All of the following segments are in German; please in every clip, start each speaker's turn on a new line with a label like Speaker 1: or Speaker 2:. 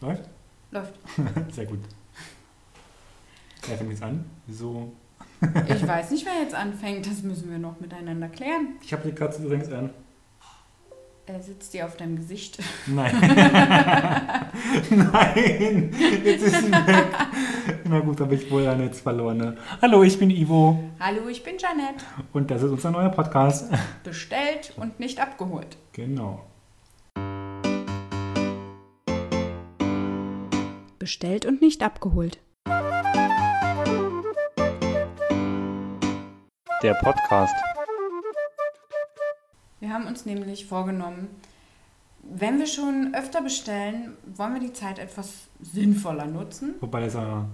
Speaker 1: Läuft?
Speaker 2: Läuft.
Speaker 1: Sehr gut. Wer fängt jetzt an? Wieso?
Speaker 2: Ich weiß nicht, wer jetzt anfängt. Das müssen wir noch miteinander klären.
Speaker 1: Ich habe die Katze übrigens an.
Speaker 2: Äh, sitzt die auf deinem Gesicht?
Speaker 1: Nein. Nein. Jetzt ist sie weg. Na gut, habe ich wohl eine jetzt verlorene. Hallo, ich bin Ivo
Speaker 2: Hallo, ich bin Janette.
Speaker 1: und das ist unser neuer Podcast.
Speaker 2: Bestellt und nicht abgeholt.
Speaker 1: Genau.
Speaker 2: Bestellt und nicht abgeholt.
Speaker 3: Der Podcast.
Speaker 2: Wir haben uns nämlich vorgenommen, wenn wir schon öfter bestellen, wollen wir die Zeit etwas sinnvoller nutzen.
Speaker 1: Wobei das ja ein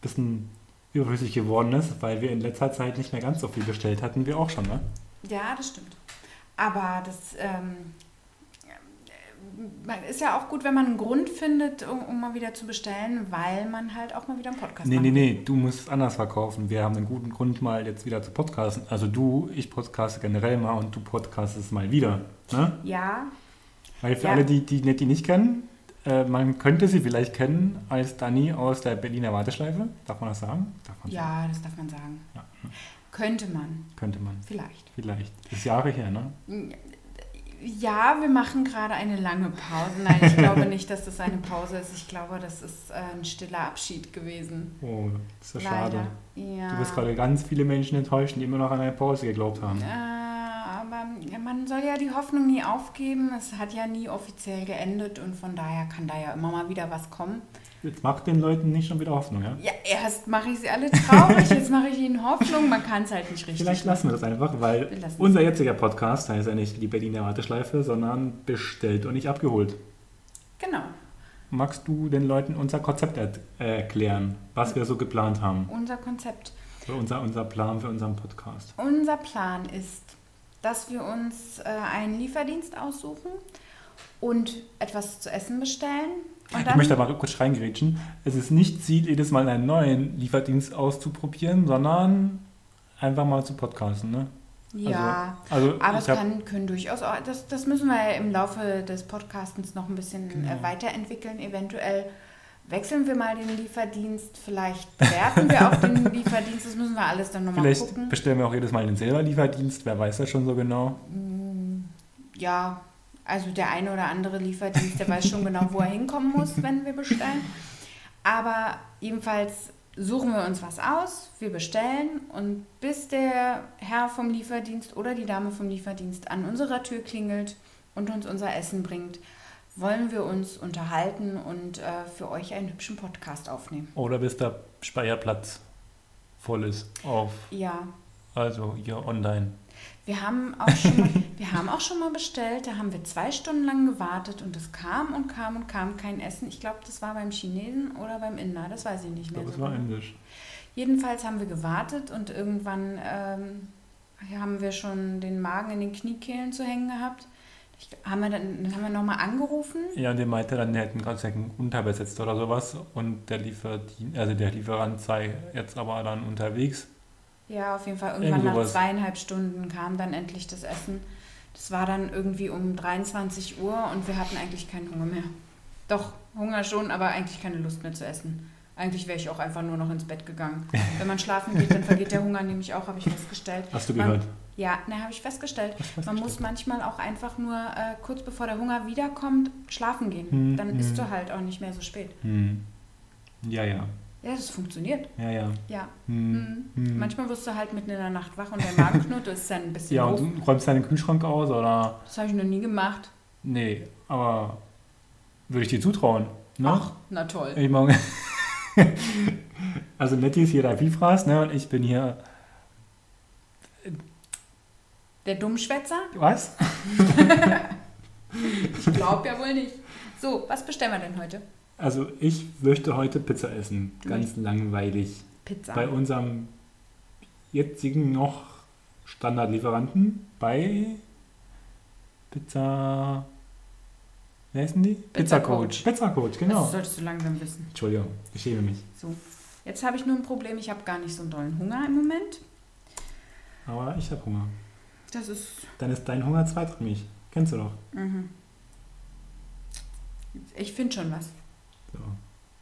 Speaker 1: bisschen überflüssig geworden ist, weil wir in letzter Zeit nicht mehr ganz so viel bestellt hatten, wir auch schon, ne?
Speaker 2: Ja, das stimmt. Aber das ähm, äh, ist ja auch gut, wenn man einen Grund findet, um, um mal wieder zu bestellen, weil man halt auch mal wieder einen Podcast
Speaker 1: Nee,
Speaker 2: macht.
Speaker 1: nee, nee, du musst es anders verkaufen. Wir haben einen guten Grund, mal jetzt wieder zu podcasten. Also du, ich podcaste generell mal und du podcastest mal wieder. Ne?
Speaker 2: Ja,
Speaker 1: Weil für
Speaker 2: Ja.
Speaker 1: alle, die die Nettie nicht kennen, äh, man könnte sie vielleicht kennen als Dani aus der Berliner Warteschleife. Darf man das sagen? Darf man
Speaker 2: Ja, das darf man sagen.
Speaker 1: Ja.
Speaker 2: Könnte man,
Speaker 1: Sagen. Könnte man.
Speaker 2: vielleicht.
Speaker 1: Vielleicht. Ist Jahre her, ne?
Speaker 2: Ja, wir machen gerade eine lange Pause. Nein, ich glaube nicht, dass das eine Pause ist. Ich glaube, das ist äh, ein stiller Abschied gewesen.
Speaker 1: Oh, ist ja
Speaker 2: Leider.
Speaker 1: schade.
Speaker 2: Ja.
Speaker 1: Du wirst gerade ganz viele Menschen enttäuschen, die immer noch an eine Pause geglaubt haben.
Speaker 2: Äh, aber ja, man soll ja die Hoffnung nie aufgeben. Es hat ja nie offiziell geendet und von daher kann da ja immer mal wieder was kommen.
Speaker 1: Jetzt macht den Leuten nicht schon wieder Hoffnung, ja?
Speaker 2: Ja, erst mache ich sie alle traurig, jetzt mache ich ihnen Hoffnung. Man kann es halt nicht richtig
Speaker 1: Vielleicht lassen wir das einfach, weil
Speaker 2: Wir lassen es.
Speaker 1: unser jetziger Podcast heißt ja nicht die Berliner Warteschleife, sondern bestellt und nicht abgeholt.
Speaker 2: Genau.
Speaker 1: Magst du den Leuten unser Konzept er äh, erklären, was wir so geplant haben?
Speaker 2: Unser Konzept.
Speaker 1: Oder unser, unser Plan für unseren Podcast?
Speaker 2: Unser Plan ist, dass wir uns äh, einen Lieferdienst aussuchen und etwas zu essen bestellen. Und
Speaker 1: Ich möchte aber kurz reingrätschen. Es ist nicht Ziel, jedes Mal einen neuen Lieferdienst auszuprobieren, sondern einfach mal zu podcasten. Ne?
Speaker 2: ja,
Speaker 1: Also, also
Speaker 2: aber es
Speaker 1: ich habe
Speaker 2: kann, können durchaus auch, das, das müssen wir im Laufe des Podcastens noch ein bisschen äh,
Speaker 1: Genau.
Speaker 2: weiterentwickeln. Eventuell wechseln wir mal den Lieferdienst, vielleicht werfen wir auf den Lieferdienst, das müssen wir alles dann nochmal
Speaker 1: Vielleicht
Speaker 2: gucken.
Speaker 1: bestellen wir auch jedes Mal den selber Lieferdienst, wer weiß das schon so genau.
Speaker 2: ja, also der eine oder andere Lieferdienst, der weiß schon genau, wo er hinkommen muss, wenn wir bestellen. Aber jedenfalls suchen wir uns was aus, wir bestellen und bis der Herr vom Lieferdienst oder die Dame vom Lieferdienst an unserer Tür klingelt und uns unser Essen bringt, wollen wir uns unterhalten und äh, für euch einen hübschen Podcast aufnehmen.
Speaker 1: Oder bis der Speierplatz voll ist auf
Speaker 2: Ja,
Speaker 1: Also hier online.
Speaker 2: Wir haben, auch schon mal, wir haben auch schon mal bestellt, da haben wir zwei Stunden lang gewartet und es kam und kam und kam kein Essen. Ich glaube, das war beim Chinesen oder beim Inder, das weiß ich nicht
Speaker 1: Ich
Speaker 2: mehr.
Speaker 1: glaube, es
Speaker 2: so
Speaker 1: war
Speaker 2: genau.
Speaker 1: indisch.
Speaker 2: Jedenfalls haben wir gewartet und irgendwann ähm, haben wir schon den Magen in den Kniekehlen zu hängen gehabt. Ich, haben wir dann, dann haben wir nochmal angerufen.
Speaker 1: Ja, und der meinte dann, der hätten gerade einen unterbesetzt oder sowas. Und der Lieferdien, also der Lieferant sei jetzt aber dann unterwegs.
Speaker 2: Ja, auf jeden Fall.
Speaker 1: Irgend
Speaker 2: Irgendwann nach
Speaker 1: sowas.
Speaker 2: zweieinhalb Stunden kam dann endlich das Essen. Das war dann irgendwie um 23 Uhr und wir hatten eigentlich keinen Hunger mehr. Doch, Hunger schon, aber eigentlich keine Lust mehr zu essen. Eigentlich wäre ich auch einfach nur noch ins Bett gegangen. Wenn man schlafen geht, dann vergeht der Hunger nämlich auch, habe ich festgestellt.
Speaker 1: Hast du
Speaker 2: Man-
Speaker 1: gehört?
Speaker 2: Ja, ne, habe ich festgestellt.
Speaker 1: Hast du
Speaker 2: Man muss manchmal auch einfach nur äh, kurz bevor der Hunger wiederkommt, schlafen gehen.
Speaker 1: Hm,
Speaker 2: dann
Speaker 1: hm.
Speaker 2: isst du halt auch nicht mehr so spät.
Speaker 1: Hm. Ja, ja.
Speaker 2: Ja, das funktioniert.
Speaker 1: Ja, ja.
Speaker 2: Ja.
Speaker 1: Hm.
Speaker 2: Mhm.
Speaker 1: Hm.
Speaker 2: Manchmal wirst du halt mitten in der Nacht wach und dein Magen knurrt, das ist dann ein bisschen
Speaker 1: Ja,
Speaker 2: doof.
Speaker 1: und du räumst deinen Kühlschrank aus oder?
Speaker 2: Das habe ich noch nie gemacht.
Speaker 1: Nee, aber würde ich dir zutrauen. Ne?
Speaker 2: Ach, na toll.
Speaker 1: Ich mag... also Nettie ist hier der Vielfraß, ne? Und ich bin hier.
Speaker 2: Der Dummschwätzer?
Speaker 1: Was?
Speaker 2: Ich glaube ja wohl nicht. So, was bestellen wir denn heute?
Speaker 1: Also ich möchte heute Pizza essen.
Speaker 2: Du
Speaker 1: Ganz langweilig.
Speaker 2: Pizza.
Speaker 1: bei unserem jetzigen noch Standardlieferanten bei Pizza. Wer heißen die?
Speaker 2: Pizza Coach.
Speaker 1: Pizza Coach,
Speaker 2: Das
Speaker 1: genau.
Speaker 2: solltest du langsam wissen.
Speaker 1: Entschuldigung, ich schäme mich.
Speaker 2: So, jetzt habe ich nur ein Problem. Ich habe gar nicht so einen dollen Hunger im Moment.
Speaker 1: Aber ich habe Hunger.
Speaker 2: Das ist.
Speaker 1: Dann ist dein Hunger zweitrangig. Kennst du doch.
Speaker 2: Mhm. Ich finde schon was.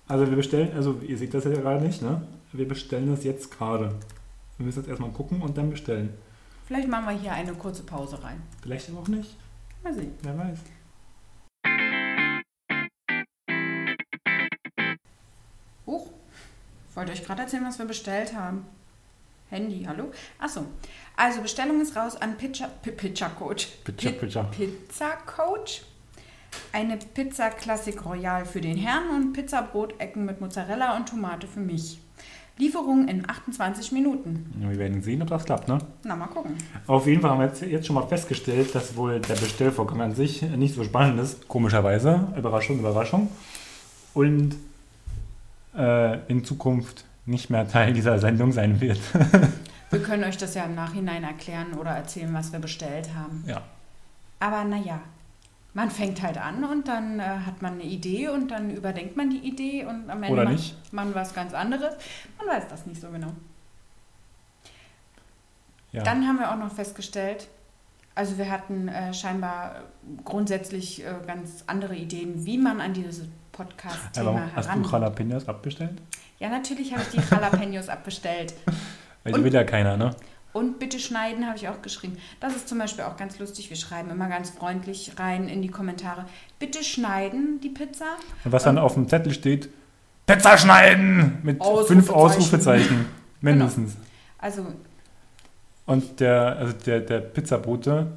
Speaker 1: Also wir bestellen, also ihr seht das ja gerade nicht, ne? Wir bestellen das jetzt gerade. Wir müssen jetzt erstmal gucken und dann bestellen.
Speaker 2: Vielleicht machen wir hier eine kurze Pause rein.
Speaker 1: Vielleicht aber auch nicht,
Speaker 2: Mal sehen.
Speaker 1: wer weiß.
Speaker 2: Huch, ich wollte euch gerade erzählen, was wir bestellt haben. Handy, hallo? Achso, also Bestellung ist raus an Pizza, P Pizza Coach.
Speaker 1: Pizza,
Speaker 2: Pi-
Speaker 1: Pizza.
Speaker 2: Pizza Coach. Eine Pizza Classic Royal für den Herrn und Pizza Brotecken mit Mozzarella und Tomate für mich. Lieferung in 28 Minuten.
Speaker 1: Ja, wir werden sehen, ob das klappt, ne?
Speaker 2: Na, mal gucken.
Speaker 1: Auf jeden Fall haben wir jetzt, jetzt schon mal festgestellt, dass wohl der Bestellvorgang an sich nicht so spannend ist, komischerweise. Überraschung, Überraschung. Und äh, in Zukunft nicht mehr Teil dieser Sendung sein wird.
Speaker 2: Wir können euch das ja im Nachhinein erklären oder erzählen, was wir bestellt haben.
Speaker 1: Ja.
Speaker 2: Aber naja, man fängt halt an und dann äh, hat man eine Idee und dann überdenkt man die Idee und am Ende
Speaker 1: Oder
Speaker 2: macht
Speaker 1: nicht.
Speaker 2: man was ganz anderes. Man weiß das nicht so genau.
Speaker 1: ja.
Speaker 2: Dann haben wir auch noch festgestellt, also wir hatten äh, scheinbar grundsätzlich äh, ganz andere Ideen, wie man an dieses
Speaker 1: Aber
Speaker 2: Podcast-Thema
Speaker 1: hast du
Speaker 2: heran.
Speaker 1: Jalapenos abbestellt?
Speaker 2: Ja, natürlich habe ich die Jalapenos abbestellt.
Speaker 1: Weil
Speaker 2: Und-
Speaker 1: die will ja keiner, ne?
Speaker 2: Und bitte schneiden habe ich auch geschrieben. Das ist zum Beispiel auch ganz lustig. Wir schreiben immer ganz freundlich rein in die Kommentare. Bitte schneiden die Pizza.
Speaker 1: Und was
Speaker 2: Ähm,
Speaker 1: dann auf dem Zettel steht, Pizza schneiden! Mit fünf
Speaker 2: Ausrufezeichen. Genau.
Speaker 1: Ausrufezeichen. Mindestens.
Speaker 2: Also
Speaker 1: Und der, also der, der Pizzabote,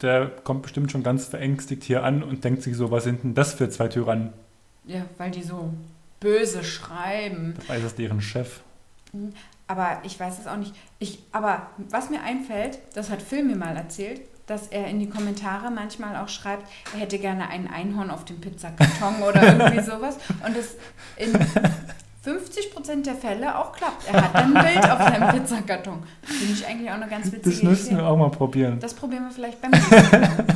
Speaker 1: der kommt bestimmt schon ganz verängstigt hier an und denkt sich so, was sind denn das für zwei Tyrannen?
Speaker 2: Ja, weil die so böse schreiben.
Speaker 1: Das weiß es deren Chef.
Speaker 2: Aber ich weiß es auch nicht. Ich, aber was mir einfällt, das hat Phil mir mal erzählt, dass er in die Kommentare manchmal auch schreibt, er hätte gerne ein Einhorn auf dem Pizzakarton oder irgendwie sowas. Und das in 50% der Fälle auch klappt. Er hat dann ein Bild auf seinem Pizzakarton. Finde ich eigentlich auch eine ganz witzige
Speaker 1: Das müssen
Speaker 2: Idee.
Speaker 1: wir auch mal probieren.
Speaker 2: Das probieren wir vielleicht beim nächsten Mal.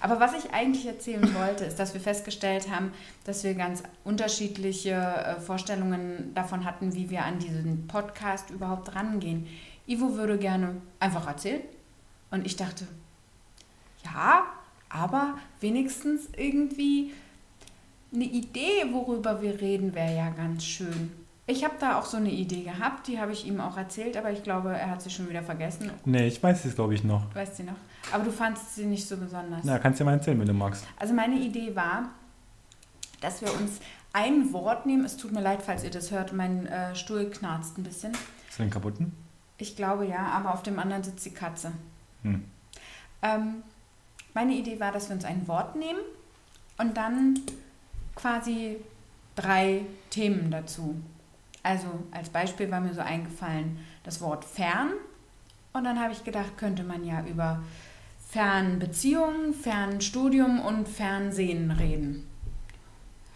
Speaker 2: Aber was ich eigentlich erzählen wollte, ist, dass wir festgestellt haben, dass wir ganz unterschiedliche äh, Vorstellungen davon hatten, wie wir an diesen Podcast überhaupt rangehen. Ivo würde gerne einfach erzählen. Und ich dachte, ja, aber wenigstens irgendwie eine Idee, worüber wir reden, wäre ja ganz schön. Ich habe da auch so eine Idee gehabt, die habe ich ihm auch erzählt, aber ich glaube, er hat sie schon wieder vergessen
Speaker 1: Nee, ich weiß es, glaube ich, noch.
Speaker 2: Weißt du noch? Aber du fandst sie nicht so besonders.
Speaker 1: Na, kannst du dir mal erzählen, wenn du magst.
Speaker 2: Also meine Idee war, dass wir uns ein Wort nehmen. Es tut mir leid, falls ihr das hört. Mein äh, Stuhl knarzt ein bisschen.
Speaker 1: Ist ne? den kaputten?
Speaker 2: Ich glaube ja, aber auf dem anderen sitzt die Katze.
Speaker 1: Hm.
Speaker 2: Ähm, meine Idee war, dass wir uns ein Wort nehmen und dann quasi drei Themen dazu. Also als Beispiel war mir so eingefallen das Wort fern. Und dann habe ich gedacht, könnte man ja über Fernbeziehungen, Fernstudium und Fernsehen reden.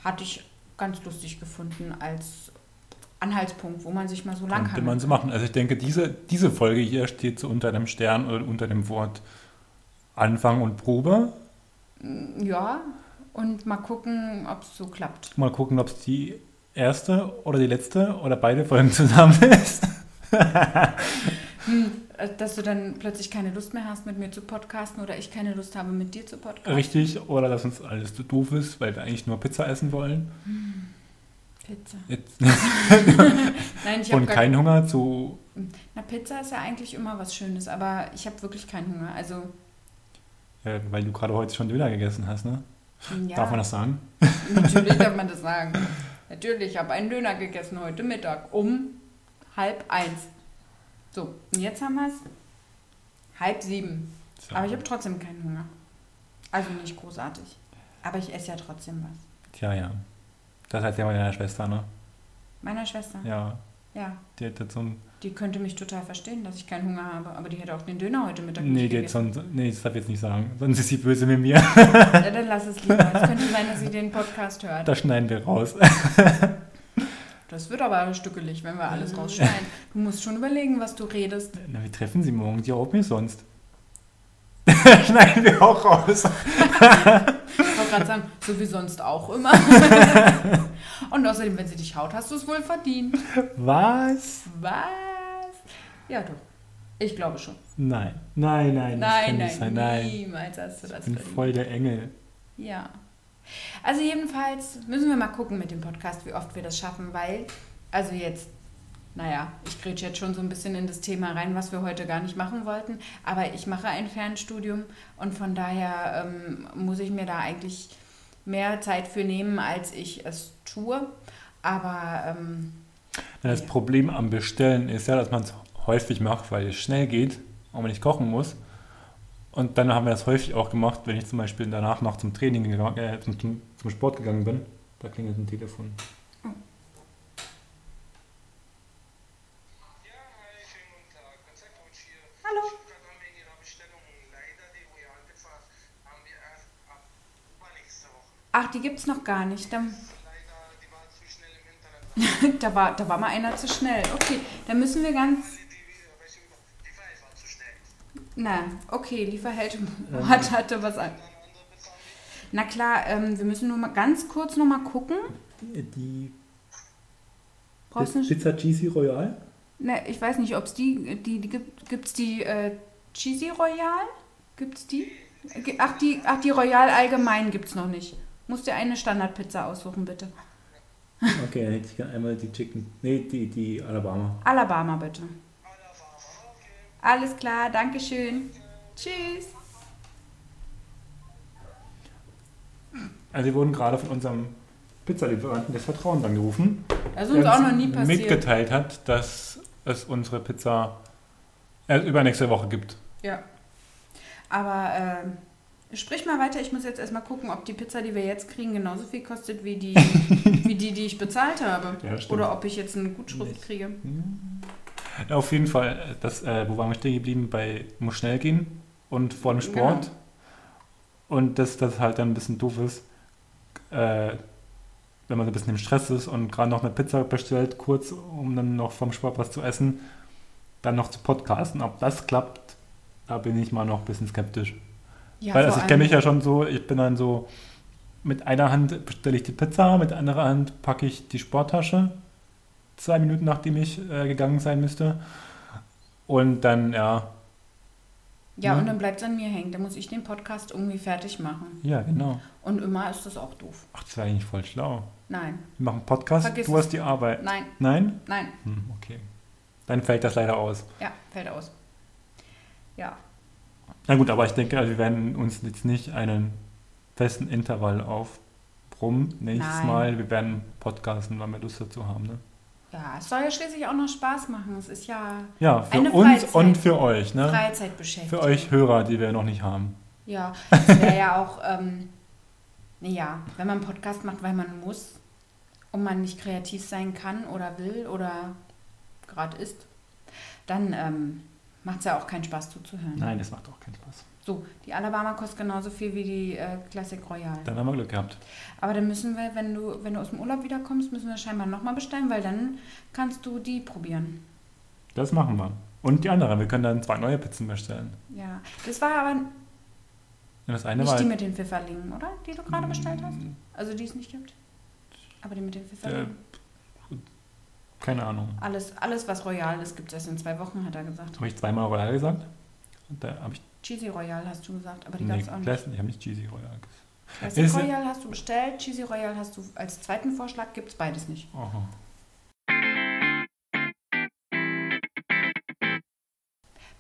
Speaker 2: Hatte ich ganz lustig gefunden als Anhaltspunkt, wo man sich mal so lang
Speaker 1: Könnte man so machen. Also ich denke, diese, diese Folge hier steht so unter dem Stern oder unter dem Wort Anfang und Probe.
Speaker 2: Ja, und mal gucken, ob es so klappt.
Speaker 1: Mal gucken, ob es die erste oder die letzte oder beide Folgen zusammen ist. Hm.
Speaker 2: Äh, Dass du dann plötzlich keine Lust mehr hast, mit mir zu podcasten oder ich keine Lust habe, mit dir zu podcasten.
Speaker 1: Richtig, oder dass uns alles zu doof ist, weil wir eigentlich nur Pizza essen wollen.
Speaker 2: Pizza.
Speaker 1: Jetzt
Speaker 2: Nein, ich habe
Speaker 1: von
Speaker 2: gar kein
Speaker 1: kein Hunger zu.
Speaker 2: Na, Pizza ist ja eigentlich immer was Schönes, aber ich habe wirklich keinen Hunger. Also,
Speaker 1: Ja, äh, weil du gerade heute schon Döner gegessen hast, ne?
Speaker 2: hm, ja,
Speaker 1: Darf man das sagen?
Speaker 2: natürlich darf man das sagen. Natürlich, ich habe einen Döner gegessen heute Mittag um halb eins. So, und jetzt haben wir es halb sieben.
Speaker 1: So.
Speaker 2: Aber ich habe trotzdem keinen Hunger. Also nicht großartig. Aber ich esse ja trotzdem was.
Speaker 1: Tja, ja. Das hat ja mal deiner Schwester, ne?
Speaker 2: Meiner Schwester.
Speaker 1: Ja.
Speaker 2: ja.
Speaker 1: Die hat jetzt so ein.
Speaker 2: Die könnte mich total verstehen, dass ich keinen Hunger habe, aber die hätte auch den Döner heute Mittag
Speaker 1: Nee,
Speaker 2: nicht
Speaker 1: die hat so
Speaker 2: gegessen.
Speaker 1: ein, nee, das darf ich jetzt nicht sagen. Sonst ist sie böse mit mir.
Speaker 2: Ja, dann lass es lieber. Es könnte sein, dass sie den Podcast hört.
Speaker 1: Das schneiden wir raus.
Speaker 2: Das wird aber stückelig, wenn wir alles rausschneiden. Du musst schon überlegen, was du redest.
Speaker 1: Na, wir treffen sie morgen. Die raubt mir sonst. schneiden wir auch raus.
Speaker 2: Ich wollte gerade sagen, so wie sonst auch immer. Und außerdem, wenn sie dich haut, hast du es wohl verdient.
Speaker 1: Was?
Speaker 2: Was? Ja, doch. Ich glaube schon.
Speaker 1: Nein. Nein, nein. das kann
Speaker 2: Nein,
Speaker 1: nicht
Speaker 2: nein,
Speaker 1: sein. Nein.
Speaker 2: niemals hast du das
Speaker 1: Ich bin
Speaker 2: verdient.
Speaker 1: voll der Engel.
Speaker 2: Ja. Also jedenfalls müssen wir mal gucken mit dem Podcast, wie oft wir das schaffen, weil, also jetzt, naja, ich grätsche jetzt schon so ein bisschen in das Thema rein, was wir heute gar nicht machen wollten, aber ich mache ein Fernstudium und von daher ähm, muss ich mir da eigentlich mehr Zeit für nehmen, als ich es tue. Aber ähm,
Speaker 1: Ja, Das Problem am Bestellen ist ja, dass man es häufig macht, weil es schnell geht und man nicht kochen muss. Und dann haben wir das häufig auch gemacht, wenn ich zum Beispiel danach noch zum Training gegangen, äh, zum, zum, zum Sport gegangen bin. Da klingelt ein Telefon.
Speaker 3: Ja, hi, schönen guten Tag. Konzeptcoach hier.
Speaker 2: Hallo.
Speaker 3: Ich rufe gerade an wegen Ihrer Bestellung. Leider die Royal-Mitfahrt haben wir erst ab übernächste Woche.
Speaker 2: ach, die gibt's noch gar nicht. Dann,
Speaker 3: Leider, die war zu schnell im Internet.
Speaker 2: da, war, da war mal einer zu schnell. Okay, dann müssen wir ganz.
Speaker 3: Die, die, welche, die war war zu schnell.
Speaker 2: Na, okay, Lieferheld hat, hatte was an.
Speaker 3: Dann andere bezahlen wir.
Speaker 2: Na klar, ähm, wir müssen nur mal ganz kurz noch mal gucken.
Speaker 1: Die
Speaker 2: Brauchst du eine
Speaker 1: Pizza Cheesy Royal?
Speaker 2: Ne, ich weiß nicht, ob es die, die, die gibt, gibt's die äh, Cheesy Royal? Gibt's die? Ge- Ach, die, ach, die Royal allgemein gibt's noch nicht. Musst dir eine Standardpizza aussuchen, bitte.
Speaker 1: Okay, dann hätte ich gerne einmal die Chicken. Nee, die, die Alabama.
Speaker 2: Alabama, bitte.
Speaker 3: Alabama, okay.
Speaker 2: Alles klar, Dankeschön. Tschüss.
Speaker 1: Also wir wurden gerade von unserem Pizzalieferanten des Vertrauens angerufen,
Speaker 2: Das ist uns auch noch nie passiert.
Speaker 1: mitgeteilt hat, dass es unsere Pizza erst übernächste Woche gibt.
Speaker 2: Ja. Aber ähm, sprich mal weiter. Ich muss jetzt erstmal gucken, ob die Pizza, die wir jetzt kriegen, genauso viel kostet wie die, wie die, die ich bezahlt habe.
Speaker 1: Ja, stimmt.
Speaker 2: Oder ob ich jetzt eine Gutschrift
Speaker 1: Nicht.
Speaker 2: kriege.
Speaker 1: Hm? Ja, Auf jeden Fall, das, äh, wo waren wir stehen geblieben? Bei muss schnell gehen und vor dem Sport. Und dass das halt dann ein bisschen doof ist, äh, wenn man so ein bisschen im Stress ist und gerade noch eine Pizza bestellt, kurz, um dann noch vom Sport was zu essen, dann noch zu podcasten. Ob das klappt, da bin ich mal noch ein bisschen skeptisch.
Speaker 2: Ja,
Speaker 1: Weil
Speaker 2: vor
Speaker 1: also ich kenne
Speaker 2: allem-
Speaker 1: mich ja schon so, ich bin dann so, mit einer Hand bestelle ich die Pizza, mit der anderen Hand packe ich die Sporttasche, zwei Minuten nachdem ich äh, gegangen sein müsste. Und dann, ja,
Speaker 2: Ja,
Speaker 1: Ja.
Speaker 2: und dann bleibt es an mir hängen. Dann muss ich den Podcast irgendwie fertig machen.
Speaker 1: ja, genau.
Speaker 2: Und immer ist das auch doof.
Speaker 1: Ach, das war eigentlich voll schlau.
Speaker 2: Nein,
Speaker 1: Wir machen einen Podcast,
Speaker 2: Vergiss
Speaker 1: du
Speaker 2: es.
Speaker 1: hast die Arbeit.
Speaker 2: nein,
Speaker 1: Nein?
Speaker 2: nein.
Speaker 1: Hm, okay. Dann fällt das leider aus.
Speaker 2: Ja, fällt aus. Ja,
Speaker 1: Na gut, aber ich denke, also wir werden uns jetzt nicht einen festen Intervall aufbrummen. Nächstes
Speaker 2: Nein.
Speaker 1: Mal, wir werden podcasten, weil wir Lust dazu haben. Ne?
Speaker 2: ja, es soll ja schließlich auch noch Spaß machen. Es ist ja
Speaker 1: Ja, für
Speaker 2: Eine
Speaker 1: uns
Speaker 2: Freizeit.
Speaker 1: und für euch. Ne? Für
Speaker 2: Freizeitbeschäftigung.
Speaker 1: euch Hörer, die wir noch nicht haben.
Speaker 2: Ja, es wäre ja auch, ähm, ja, wenn man einen Podcast macht, weil man muss und man nicht kreativ sein kann oder will oder gerade ist, dann ähm, macht es ja auch keinen Spaß zuzuhören.
Speaker 1: Nein, das macht auch keinen Spaß.
Speaker 2: So, die Alabama kostet genauso viel wie die äh, Classic Royal.
Speaker 1: Dann haben wir Glück gehabt.
Speaker 2: Aber dann müssen wir, wenn du, wenn du aus dem Urlaub wiederkommst, müssen wir scheinbar nochmal bestellen, weil dann kannst du die probieren.
Speaker 1: Das machen wir. Und die anderen, wir können dann zwei neue Pizzen bestellen.
Speaker 2: Ja. Das war aber
Speaker 1: Und das eine Hm.
Speaker 2: nicht
Speaker 1: war halt
Speaker 2: die mit den Pfifferlingen, oder? Die du gerade bestellt hast? Also die es nicht gibt. Aber die mit den Pfifferlingen.
Speaker 1: keine Ahnung.
Speaker 2: Alles, alles, was Royal ist, gibt es erst in zwei Wochen, hat er gesagt.
Speaker 1: Habe ich zweimal Royal gesagt? Und Da habe ich
Speaker 2: Cheesy Royal hast du gesagt, aber die
Speaker 1: nee,
Speaker 2: gab es auch nicht.
Speaker 1: Classic- ich habe nicht Cheesy Royal gesagt.
Speaker 2: Classic
Speaker 1: Ist-
Speaker 2: Royal hast du bestellt, Cheesy Royal hast du als zweiten Vorschlag, gibt es beides nicht.
Speaker 1: Aha.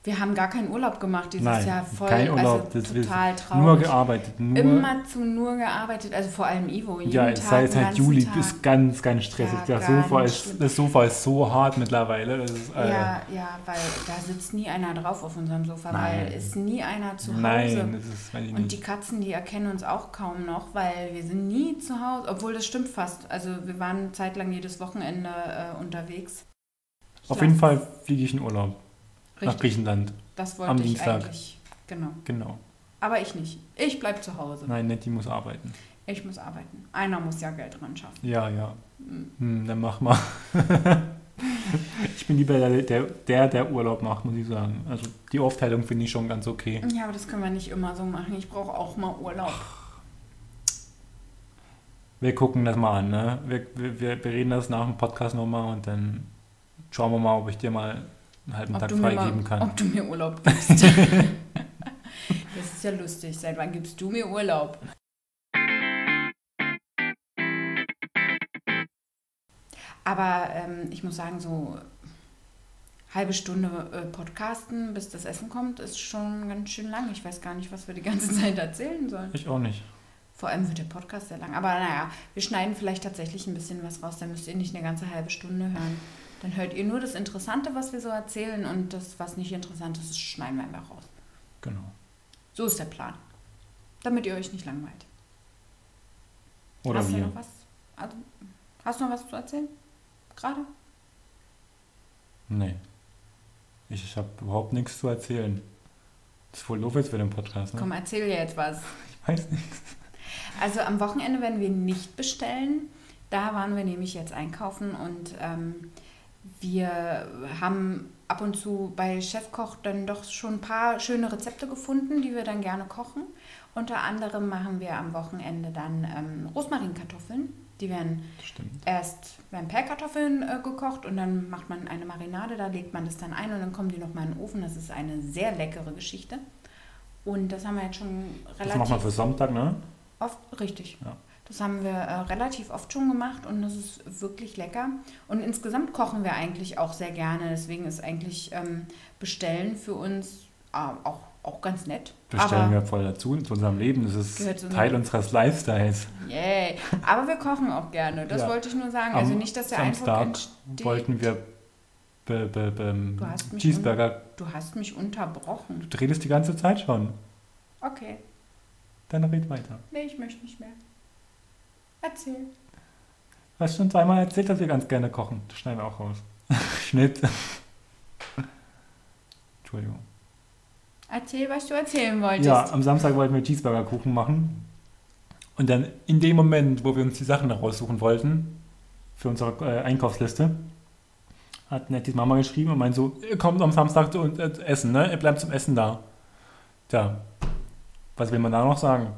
Speaker 2: Wir haben gar keinen Urlaub gemacht dieses
Speaker 1: Nein,
Speaker 2: Jahr. Voll,
Speaker 1: kein Urlaub,
Speaker 2: also
Speaker 1: das wissen-
Speaker 2: total traurig.
Speaker 1: Nur gearbeitet, nur.
Speaker 2: Immer zu nur gearbeitet, also vor allem Ivo. Jeden
Speaker 1: ja,
Speaker 2: Tag,
Speaker 1: es sei
Speaker 2: den
Speaker 1: seit halt
Speaker 2: ganzen
Speaker 1: Juli
Speaker 2: Tag.
Speaker 1: ist ganz, ganz stressig.
Speaker 2: Ja,
Speaker 1: das, Sofa
Speaker 2: ganz
Speaker 1: ist,
Speaker 2: schlimm.
Speaker 1: das Sofa ist so hart mittlerweile. Das ist, äh,
Speaker 2: Ja, ja, weil da sitzt nie einer drauf auf unserem Sofa,
Speaker 1: Nein.
Speaker 2: weil ist nie einer zu Hause.
Speaker 1: nein, das ist, weiß ich
Speaker 2: Und
Speaker 1: nicht.
Speaker 2: die Katzen, die erkennen uns auch kaum noch, weil wir sind nie zu Hause, obwohl das stimmt fast. Also wir waren zeitlang jedes Wochenende äh, unterwegs.
Speaker 1: Auf
Speaker 2: Ja,
Speaker 1: jeden Fall fliege ich in Urlaub nach
Speaker 2: Richtig,
Speaker 1: Griechenland.
Speaker 2: das wollte
Speaker 1: am
Speaker 2: ich
Speaker 1: Dienstag.
Speaker 2: eigentlich. Genau.
Speaker 1: Genau.
Speaker 2: Aber ich nicht. Ich bleib zu Hause.
Speaker 1: Nein, Nettie muss arbeiten.
Speaker 2: Ich muss arbeiten. Einer muss ja Geld ran schaffen.
Speaker 1: Ja, ja.
Speaker 2: Mhm.
Speaker 1: Hm, dann mach mal. ich bin lieber der, der- der, der Urlaub macht, muss ich sagen. Also die Aufteilung finde ich schon ganz okay.
Speaker 2: Ja, aber das können wir nicht immer so machen. Ich brauche auch mal Urlaub.
Speaker 1: Wir gucken das mal an, ne? Wir, wir, wir wir reden das nach dem Podcast nochmal und dann schauen wir mal, ob ich dir mal halt einen halben Tag
Speaker 2: mir mal-
Speaker 1: freigeben kann.
Speaker 2: ob du mir Urlaub gibst. das ist ja lustig. Seit wann gibst du mir Urlaub? Aber ähm, ich muss sagen, so halbe Stunde äh, podcasten, bis das Essen kommt, ist schon ganz schön lang. Ich weiß gar nicht, was wir die ganze Zeit erzählen sollen.
Speaker 1: Ich auch nicht.
Speaker 2: Vor allem wird der Podcast sehr lang. Aber naja, wir schneiden vielleicht tatsächlich ein bisschen was raus. Dann müsst ihr nicht eine ganze halbe Stunde hören. Dann hört ihr nur das Interessante, was wir so erzählen. Und das, was nicht interessant ist, schneiden wir einfach raus.
Speaker 1: Genau.
Speaker 2: So ist der Plan. Damit ihr euch nicht langweilt.
Speaker 1: Oder
Speaker 2: hast du
Speaker 1: wir.
Speaker 2: noch was? Also, hast du noch was zu erzählen? Gerade?
Speaker 1: Nee. Ich habe überhaupt nichts zu erzählen. Das ist voll doof jetzt für den Podcast, ne?
Speaker 2: Komm, erzähl dir jetzt was.
Speaker 1: Ich weiß nichts.
Speaker 2: Also am Wochenende werden wir nicht bestellen. Da waren wir nämlich jetzt einkaufen und ähm, wir haben ab und zu bei Chefkoch dann doch schon ein paar schöne Rezepte gefunden, die wir dann gerne kochen. Unter anderem machen wir am Wochenende dann ähm, Rosmarinkartoffeln. Die werden
Speaker 1: Das stimmt.
Speaker 2: erst werden Pellkartoffeln äh, gekocht und dann macht man eine Marinade, da legt man das dann ein und dann kommen die nochmal in den Ofen. Das ist eine sehr leckere Geschichte. Und das haben wir jetzt schon
Speaker 1: Das
Speaker 2: relativ
Speaker 1: machen wir für Sonntag, ne?
Speaker 2: Oft, richtig.
Speaker 1: Ja.
Speaker 2: Das haben wir äh, relativ oft schon gemacht und das ist wirklich lecker. Und insgesamt kochen wir eigentlich auch sehr gerne. Deswegen ist eigentlich ähm, Bestellen für uns äh, auch, auch ganz nett.
Speaker 1: Das stellen
Speaker 2: Aber,
Speaker 1: wir voll dazu zu unserem Leben. Das
Speaker 2: Gehört
Speaker 1: ist
Speaker 2: zu
Speaker 1: Teil
Speaker 2: unserem-
Speaker 1: unseres Lifestyles.
Speaker 2: Yay. Aber wir kochen auch gerne. Das
Speaker 1: Ja.
Speaker 2: wollte ich nur sagen.
Speaker 1: Am
Speaker 2: also nicht, dass der Eindruck
Speaker 1: Samstag
Speaker 2: entsteht.
Speaker 1: wollten wir be, be, be,
Speaker 2: Du hast mich
Speaker 1: Cheeseburger.
Speaker 2: Du hast mich unterbrochen.
Speaker 1: Du redest die ganze Zeit schon.
Speaker 2: Okay.
Speaker 1: Dann red weiter.
Speaker 2: Nee, ich möchte nicht mehr. Erzähl.
Speaker 1: Du hast schon zweimal erzählt, dass wir ganz gerne kochen. Das schneiden wir auch raus. Schnitt. Entschuldigung.
Speaker 2: Erzähl, was du erzählen wolltest.
Speaker 1: Ja, am Samstag wollten wir Cheeseburger-Kuchen machen. Und dann in dem Moment, wo wir uns die Sachen raussuchen wollten, für unsere äh, Einkaufsliste, hat Nettis Mama geschrieben und meint so, ihr kommt am Samstag zu uns äh, zu essen, ne? Ihr bleibt zum Essen da. Tja, was will man da noch sagen?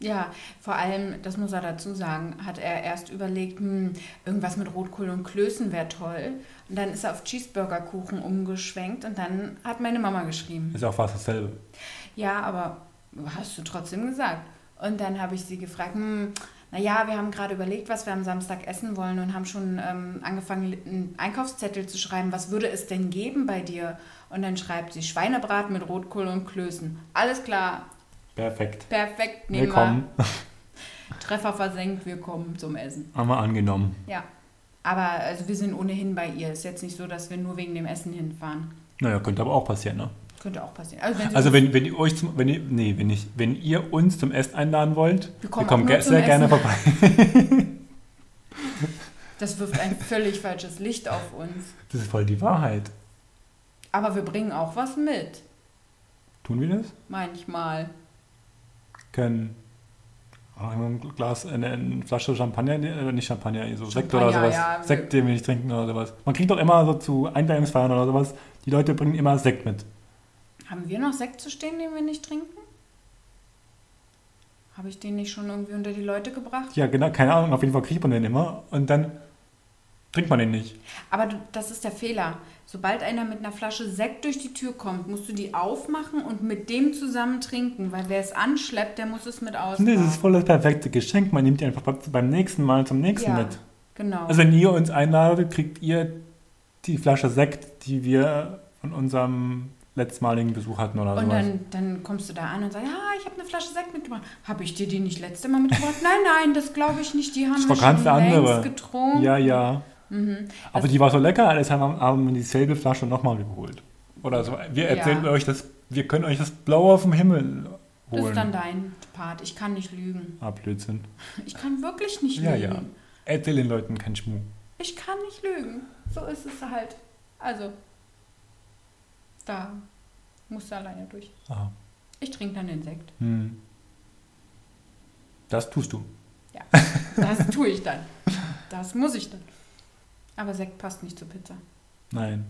Speaker 2: Ja, vor allem, das muss er dazu sagen, hat er erst überlegt, hm, irgendwas mit Rotkohl und Klößen wäre toll. Und dann ist er auf Cheeseburgerkuchen umgeschwenkt und dann hat meine Mama geschrieben.
Speaker 1: Ist ja auch fast dasselbe.
Speaker 2: Ja, aber hast du trotzdem gesagt. Und dann habe ich sie gefragt, hm, naja, wir haben gerade überlegt, was wir am Samstag essen wollen und haben schon ähm, angefangen, einen Einkaufszettel zu schreiben. Was würde es denn geben bei dir? Und dann schreibt sie Schweinebraten mit Rotkohl und Klößen. Alles klar,
Speaker 1: Perfekt.
Speaker 2: perfekt, nehmen
Speaker 1: Willkommen.
Speaker 2: Treffer versenkt, wir kommen zum Essen.
Speaker 1: Haben wir angenommen.
Speaker 2: Ja. Aber also wir sind ohnehin bei ihr. Ist jetzt nicht so, dass wir nur wegen dem Essen hinfahren.
Speaker 1: Naja, könnte aber auch passieren, ne?
Speaker 2: Könnte auch passieren. Also, wenn sie
Speaker 1: Also wenn, wenn ihr euch zum, wenn ihr, nee, wenn ich, wenn ihr uns zum Essen einladen wollt,
Speaker 2: Wir kommen
Speaker 1: wir kommen
Speaker 2: auch nur
Speaker 1: ge-
Speaker 2: zum
Speaker 1: sehr gerne
Speaker 2: Essen.
Speaker 1: vorbei.
Speaker 2: das wirft ein völlig falsches Licht auf uns.
Speaker 1: Das ist voll die Wahrheit.
Speaker 2: Aber wir bringen auch was mit.
Speaker 1: Tun wir das?
Speaker 2: Manchmal.
Speaker 1: können oh, ein Glas, eine, eine Flasche Champagner, nee, äh, nicht Champagner, so Sekt
Speaker 2: Champagner,
Speaker 1: oder sowas.
Speaker 2: ja.
Speaker 1: Sekt, den wir nicht trinken oder sowas. Man kriegt doch immer so zu Einweihungsfeiern oder sowas, die Leute bringen immer Sekt mit.
Speaker 2: Haben wir noch Sekt zu stehen, den wir nicht trinken? Habe ich den nicht schon irgendwie unter die Leute gebracht?
Speaker 1: Ja, genau, keine Ahnung, auf jeden Fall kriegt man den immer und dann trinkt man den nicht.
Speaker 2: Aber du, das ist der Fehler. Sobald einer mit einer Flasche Sekt durch die Tür kommt, musst du die aufmachen und mit dem zusammen trinken. Weil wer es anschleppt, der muss es mit
Speaker 1: Und
Speaker 2: ausmachen.
Speaker 1: das ist voll das perfekte Geschenk, man nimmt die einfach beim nächsten Mal zum nächsten
Speaker 2: ja,
Speaker 1: mit.
Speaker 2: Genau.
Speaker 1: Also wenn ihr uns einladet, kriegt ihr die Flasche Sekt, die wir von unserem letztmaligen Besuch hatten oder
Speaker 2: Und
Speaker 1: sowas.
Speaker 2: dann, dann kommst du da an und sagst, ja, ich habe eine Flasche Sekt mitgebracht. Habe ich dir die nicht letzte Mal mitgebracht? nein, nein, das glaube ich nicht. Die haben
Speaker 1: Das
Speaker 2: wir
Speaker 1: war ganz
Speaker 2: schon
Speaker 1: eine
Speaker 2: längst
Speaker 1: andere.
Speaker 2: getrunken.
Speaker 1: Ja, ja.
Speaker 2: Mhm. Also
Speaker 1: Aber die war so lecker, deshalb haben- haben wir dieselbe Flasche nochmal geholt. Oder so. Wir erzählen
Speaker 2: Ja.
Speaker 1: euch das, wir können euch das Blaue vom Himmel
Speaker 2: Das ist dann
Speaker 1: holen.
Speaker 2: dein Part. Ich kann nicht lügen.
Speaker 1: Ah, Blödsinn.
Speaker 2: Ich kann wirklich nicht
Speaker 1: Ja,
Speaker 2: lügen.
Speaker 1: ja. Erzähl den Leuten kein Schmuck.
Speaker 2: Ich kann nicht lügen. So ist es halt. Also, da musst du alleine durch.
Speaker 1: Ah,
Speaker 2: Ich trinke dann den Sekt.
Speaker 1: hm. Das tust du.
Speaker 2: Ja, das tue ich dann. Das muss ich dann. Aber Sekt passt nicht zur Pizza.
Speaker 1: Nein.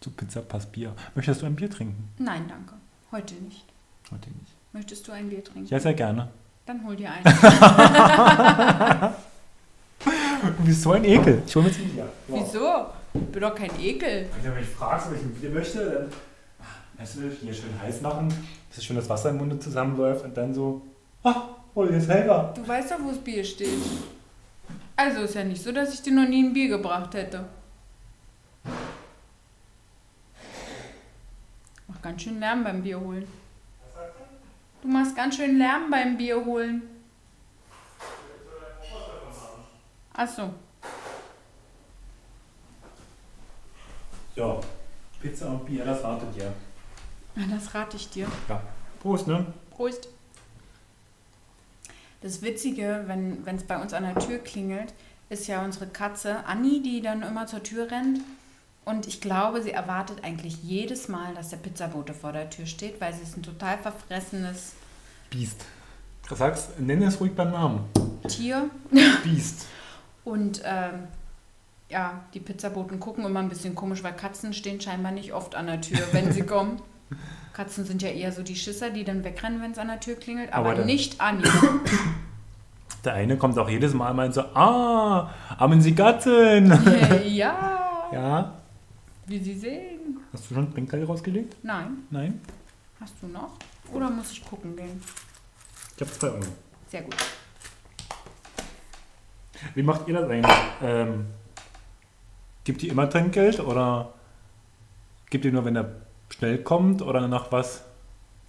Speaker 1: Zu Pizza passt Bier. Möchtest du ein Bier trinken?
Speaker 2: Nein, danke. Heute nicht.
Speaker 1: Heute nicht.
Speaker 2: Möchtest du ein Bier trinken?
Speaker 1: Ja, sehr gerne.
Speaker 2: Dann hol dir ein.
Speaker 1: Du bist so ein Ekel. Ich hol mir jetzt ein Bier.
Speaker 2: Wieso? Ich bin doch kein Ekel.
Speaker 1: Wenn du mich fragst, ob ich ein Bier möchte, dann ah, weißt du, hier schön heiß machen, dass schön das Wasser im Munde zusammenläuft und dann so, ah, hol dir selber.
Speaker 2: Du weißt doch, wo das Bier steht. Also ist ja nicht so, dass ich dir noch nie ein Bier gebracht hätte. Mach ganz schön Lärm beim Bier holen. Du machst ganz schön Lärm beim Bier holen. Ach so.
Speaker 1: So, Pizza und Bier, das ratet ihr.
Speaker 2: Na, Das rate ich dir.
Speaker 1: Ja. Prost, ne?
Speaker 2: Prost. Das Witzige, wenn es bei uns an der Tür klingelt, ist ja unsere Katze Anni, die dann immer zur Tür rennt. Und ich glaube, sie erwartet eigentlich jedes Mal, dass der Pizzabote vor der Tür steht, weil sie ist ein total verfressenes
Speaker 1: Biest. Was sagst Nenne es ruhig beim Namen.
Speaker 2: Tier.
Speaker 1: Biest.
Speaker 2: Und ähm, ja, die Pizzaboten gucken immer ein bisschen komisch, weil Katzen stehen scheinbar nicht oft an der Tür, wenn sie kommen. Katzen sind ja eher so die Schisser, die dann wegrennen, wenn es an der Tür klingelt. Aber,
Speaker 1: Aber dann-
Speaker 2: nicht Anni.
Speaker 1: Der eine kommt auch jedes Mal und meint so, ah, haben Sie Gatten?
Speaker 2: ja,
Speaker 1: ja.
Speaker 2: wie sie sehen.
Speaker 1: Hast du schon Trinkgeld rausgelegt?
Speaker 2: Nein,
Speaker 1: Nein.
Speaker 2: hast du noch? Oder muss ich gucken gehen?
Speaker 1: Ich habe zwei Euro.
Speaker 2: Sehr gut.
Speaker 1: Wie macht ihr das eigentlich? Ähm, gibt ihr immer Trinkgeld oder gibt ihr nur, wenn er schnell kommt oder nach was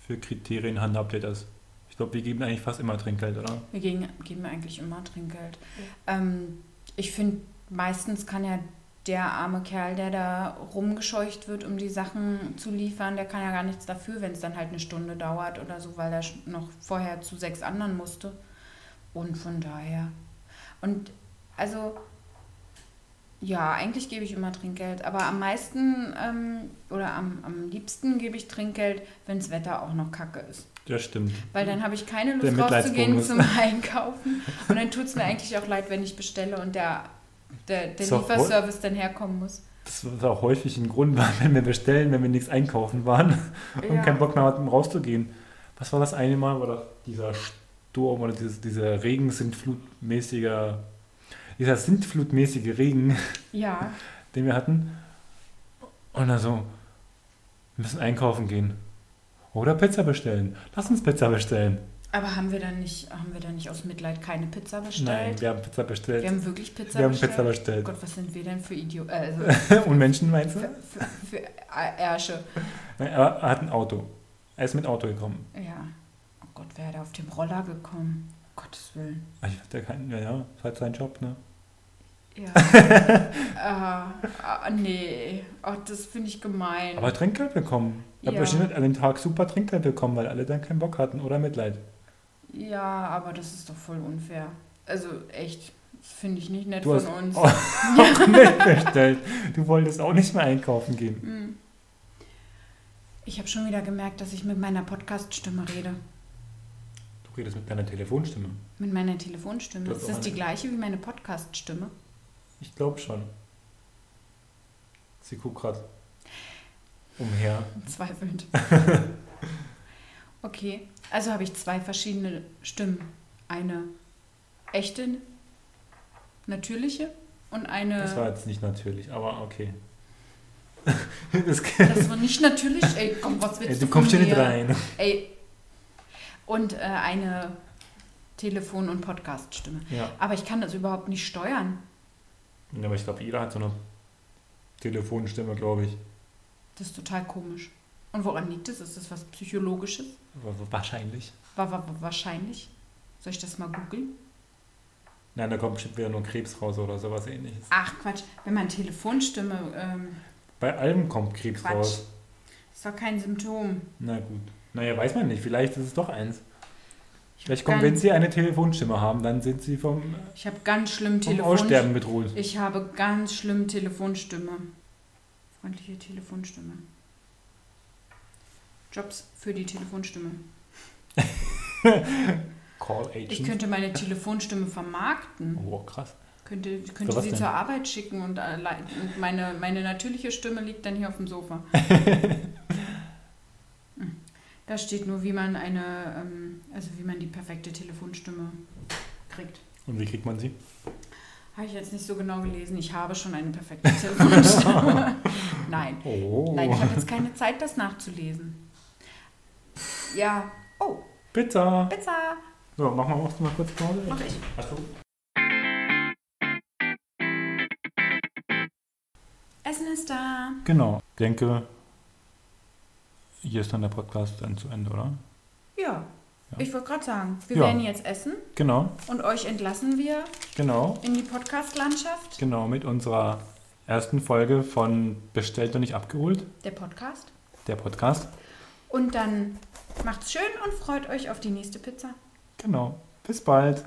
Speaker 1: für Kriterien handhabt ihr das? Ich glaube, wir geben eigentlich fast immer Trinkgeld, oder?
Speaker 2: Wir geben, geben eigentlich immer Trinkgeld. Ähm, ich finde, meistens kann ja der arme Kerl, der da rumgescheucht wird, um die Sachen zu liefern, der kann ja gar nichts dafür, wenn es dann halt eine Stunde dauert oder so, weil er sch- noch vorher zu sechs anderen musste. Und von daher. Und also, ja, eigentlich gebe ich immer Trinkgeld, aber am meisten ähm, oder am, am liebsten gebe ich Trinkgeld, wenn das Wetter auch noch kacke ist.
Speaker 1: Das stimmt.
Speaker 2: Weil dann habe ich keine
Speaker 1: Der
Speaker 2: Lust rauszugehen
Speaker 1: Mitleidsbonus.
Speaker 2: zum Einkaufen. Und dann tut es mir eigentlich auch leid, wenn ich bestelle und der, der, der
Speaker 1: Ist doch wohl-
Speaker 2: Lieferservice dann herkommen muss.
Speaker 1: Das ist auch häufig ein Grund, weil wenn wir bestellen, wenn wir nichts einkaufen waren und
Speaker 2: Ja.
Speaker 1: keinen Bock mehr hatten, rauszugehen. Was war das eine Mal? War doch dieser Sturm oder dieses, dieser Regen sind flutmäßiger, dieser sintflutmäßige Regen,
Speaker 2: Ja,
Speaker 1: den wir hatten. Und dann so, wir müssen einkaufen gehen. Oder Pizza bestellen. Lass uns Pizza bestellen.
Speaker 2: aber haben wir dann nicht, haben wir dann nicht aus Mitleid keine Pizza
Speaker 1: Nein,
Speaker 2: bestellt?
Speaker 1: wir haben Pizza bestellt.
Speaker 2: wir haben wirklich Pizza
Speaker 1: Wir haben
Speaker 2: bestellt. Oh
Speaker 1: Pizza bestellt.
Speaker 2: Gott, was sind wir denn für Idioten? Äh, also
Speaker 1: Und Menschen meinst du?
Speaker 2: für, für, für Ärsche.
Speaker 1: Nein, er er hat ein Auto. Er ist mit Auto gekommen.
Speaker 2: Ja. Oh Gott, wer da auf dem Roller gekommen? Um Gottes Willen.
Speaker 1: Ah, Ich hatte keinen, ja, ja, ist halt sein Job, ne?
Speaker 2: Ja. äh, ah, nee. Oh, das finde ich gemein.
Speaker 1: Aber Trinkgeld bekommen. Ich habe
Speaker 2: Ja.
Speaker 1: bestimmt an dem Tag super Trinkgeld bekommen, weil alle dann keinen Bock hatten oder Mitleid.
Speaker 2: Ja, aber das ist doch voll unfair. Also echt, das finde ich nicht nett
Speaker 1: Du hast Oh.
Speaker 2: von uns.
Speaker 1: auch, auch mitbestellt. Du wolltest auch nicht mehr einkaufen gehen.
Speaker 2: Hm. Ich habe schon wieder gemerkt, dass ich mit meiner Podcast-Stimme rede.
Speaker 1: Du redest mit deiner Telefonstimme.
Speaker 2: Mit meiner Telefonstimme.
Speaker 1: Das
Speaker 2: ist
Speaker 1: ist
Speaker 2: das
Speaker 1: auch
Speaker 2: die
Speaker 1: eine-
Speaker 2: gleiche wie meine Podcast-Stimme?
Speaker 1: Ich glaube schon. Sie guckt gerade umher.
Speaker 2: Zweifelnd. okay, also habe ich zwei verschiedene Stimmen. Eine echte, natürliche und eine...
Speaker 1: Das war jetzt nicht natürlich, aber okay. das,
Speaker 2: das war nicht natürlich. Ey, komm, was willst
Speaker 1: ey,
Speaker 2: du
Speaker 1: du kommst
Speaker 2: von
Speaker 1: hier nicht
Speaker 2: mir?
Speaker 1: rein.
Speaker 2: Ey. Und äh, eine Telefon- und Podcast-Stimme.
Speaker 1: Ja.
Speaker 2: Aber ich kann das überhaupt nicht steuern.
Speaker 1: Ja, Aber ich glaube, jeder hat so eine Telefonstimme, glaube ich.
Speaker 2: Das ist total komisch. Und woran liegt es? Ist das was Psychologisches?
Speaker 1: W- Wahrscheinlich.
Speaker 2: War, war, war wahrscheinlich. Soll ich das mal googeln?
Speaker 1: Nein, da kommt bestimmt wieder nur Krebs raus oder sowas ähnliches.
Speaker 2: Ach Quatsch, wenn man Telefonstimme, ähm,
Speaker 1: Bei allem kommt Krebs
Speaker 2: Quatsch.
Speaker 1: raus.
Speaker 2: ist doch kein Symptom.
Speaker 1: Na gut. Naja, weiß man nicht. Vielleicht ist es doch eins. Vielleicht kommt,
Speaker 2: Dann-
Speaker 1: wenn Sie eine Telefonstimme haben, dann sind Sie vom,
Speaker 2: Ich habe ganz schlimm
Speaker 1: vom
Speaker 2: Telefon.
Speaker 1: Aussterben bedroht.
Speaker 2: Ich habe ganz schlimm Telefonstimme. Freundliche Telefonstimme. Jobs für die Telefonstimme.
Speaker 1: Call
Speaker 2: Ich
Speaker 1: Agent.
Speaker 2: könnte meine Telefonstimme vermarkten.
Speaker 1: Oh, krass.
Speaker 2: Könnte, könnte
Speaker 1: was
Speaker 2: sie
Speaker 1: denn?
Speaker 2: zur Arbeit schicken und, allein, und meine, meine natürliche Stimme liegt dann hier auf dem Sofa. Hm. da steht nur, wie man eine, ähm, also wie man die perfekte Telefonstimme kriegt.
Speaker 1: Und wie kriegt man sie?
Speaker 2: Habe ich jetzt nicht so genau gelesen. Ich habe schon eine perfekte Telefonstimme. Nein.
Speaker 1: Oh.
Speaker 2: Nein, ich habe jetzt keine Zeit, das nachzulesen. Ja. Oh,
Speaker 1: Pizza.
Speaker 2: Pizza.
Speaker 1: So, machen wir auch mal kurz Pause.
Speaker 2: Mach ich.
Speaker 1: Hast du
Speaker 2: Essen ist da.
Speaker 1: Genau. Ich denke, hier ist dann der Podcast dann zu Ende, oder?
Speaker 2: Ja,
Speaker 1: Ja.
Speaker 2: ich wollte gerade sagen, wir
Speaker 1: Ja.
Speaker 2: werden jetzt essen
Speaker 1: Genau,
Speaker 2: und euch entlassen wir
Speaker 1: genau,
Speaker 2: in die Podcast-Landschaft.
Speaker 1: genau. Mit unserer ersten Folge von Bestellt und nicht abgeholt,
Speaker 2: Der Podcast.
Speaker 1: der Podcast.
Speaker 2: Und dann macht's schön und freut euch auf die nächste Pizza.
Speaker 1: Genau. Bis bald.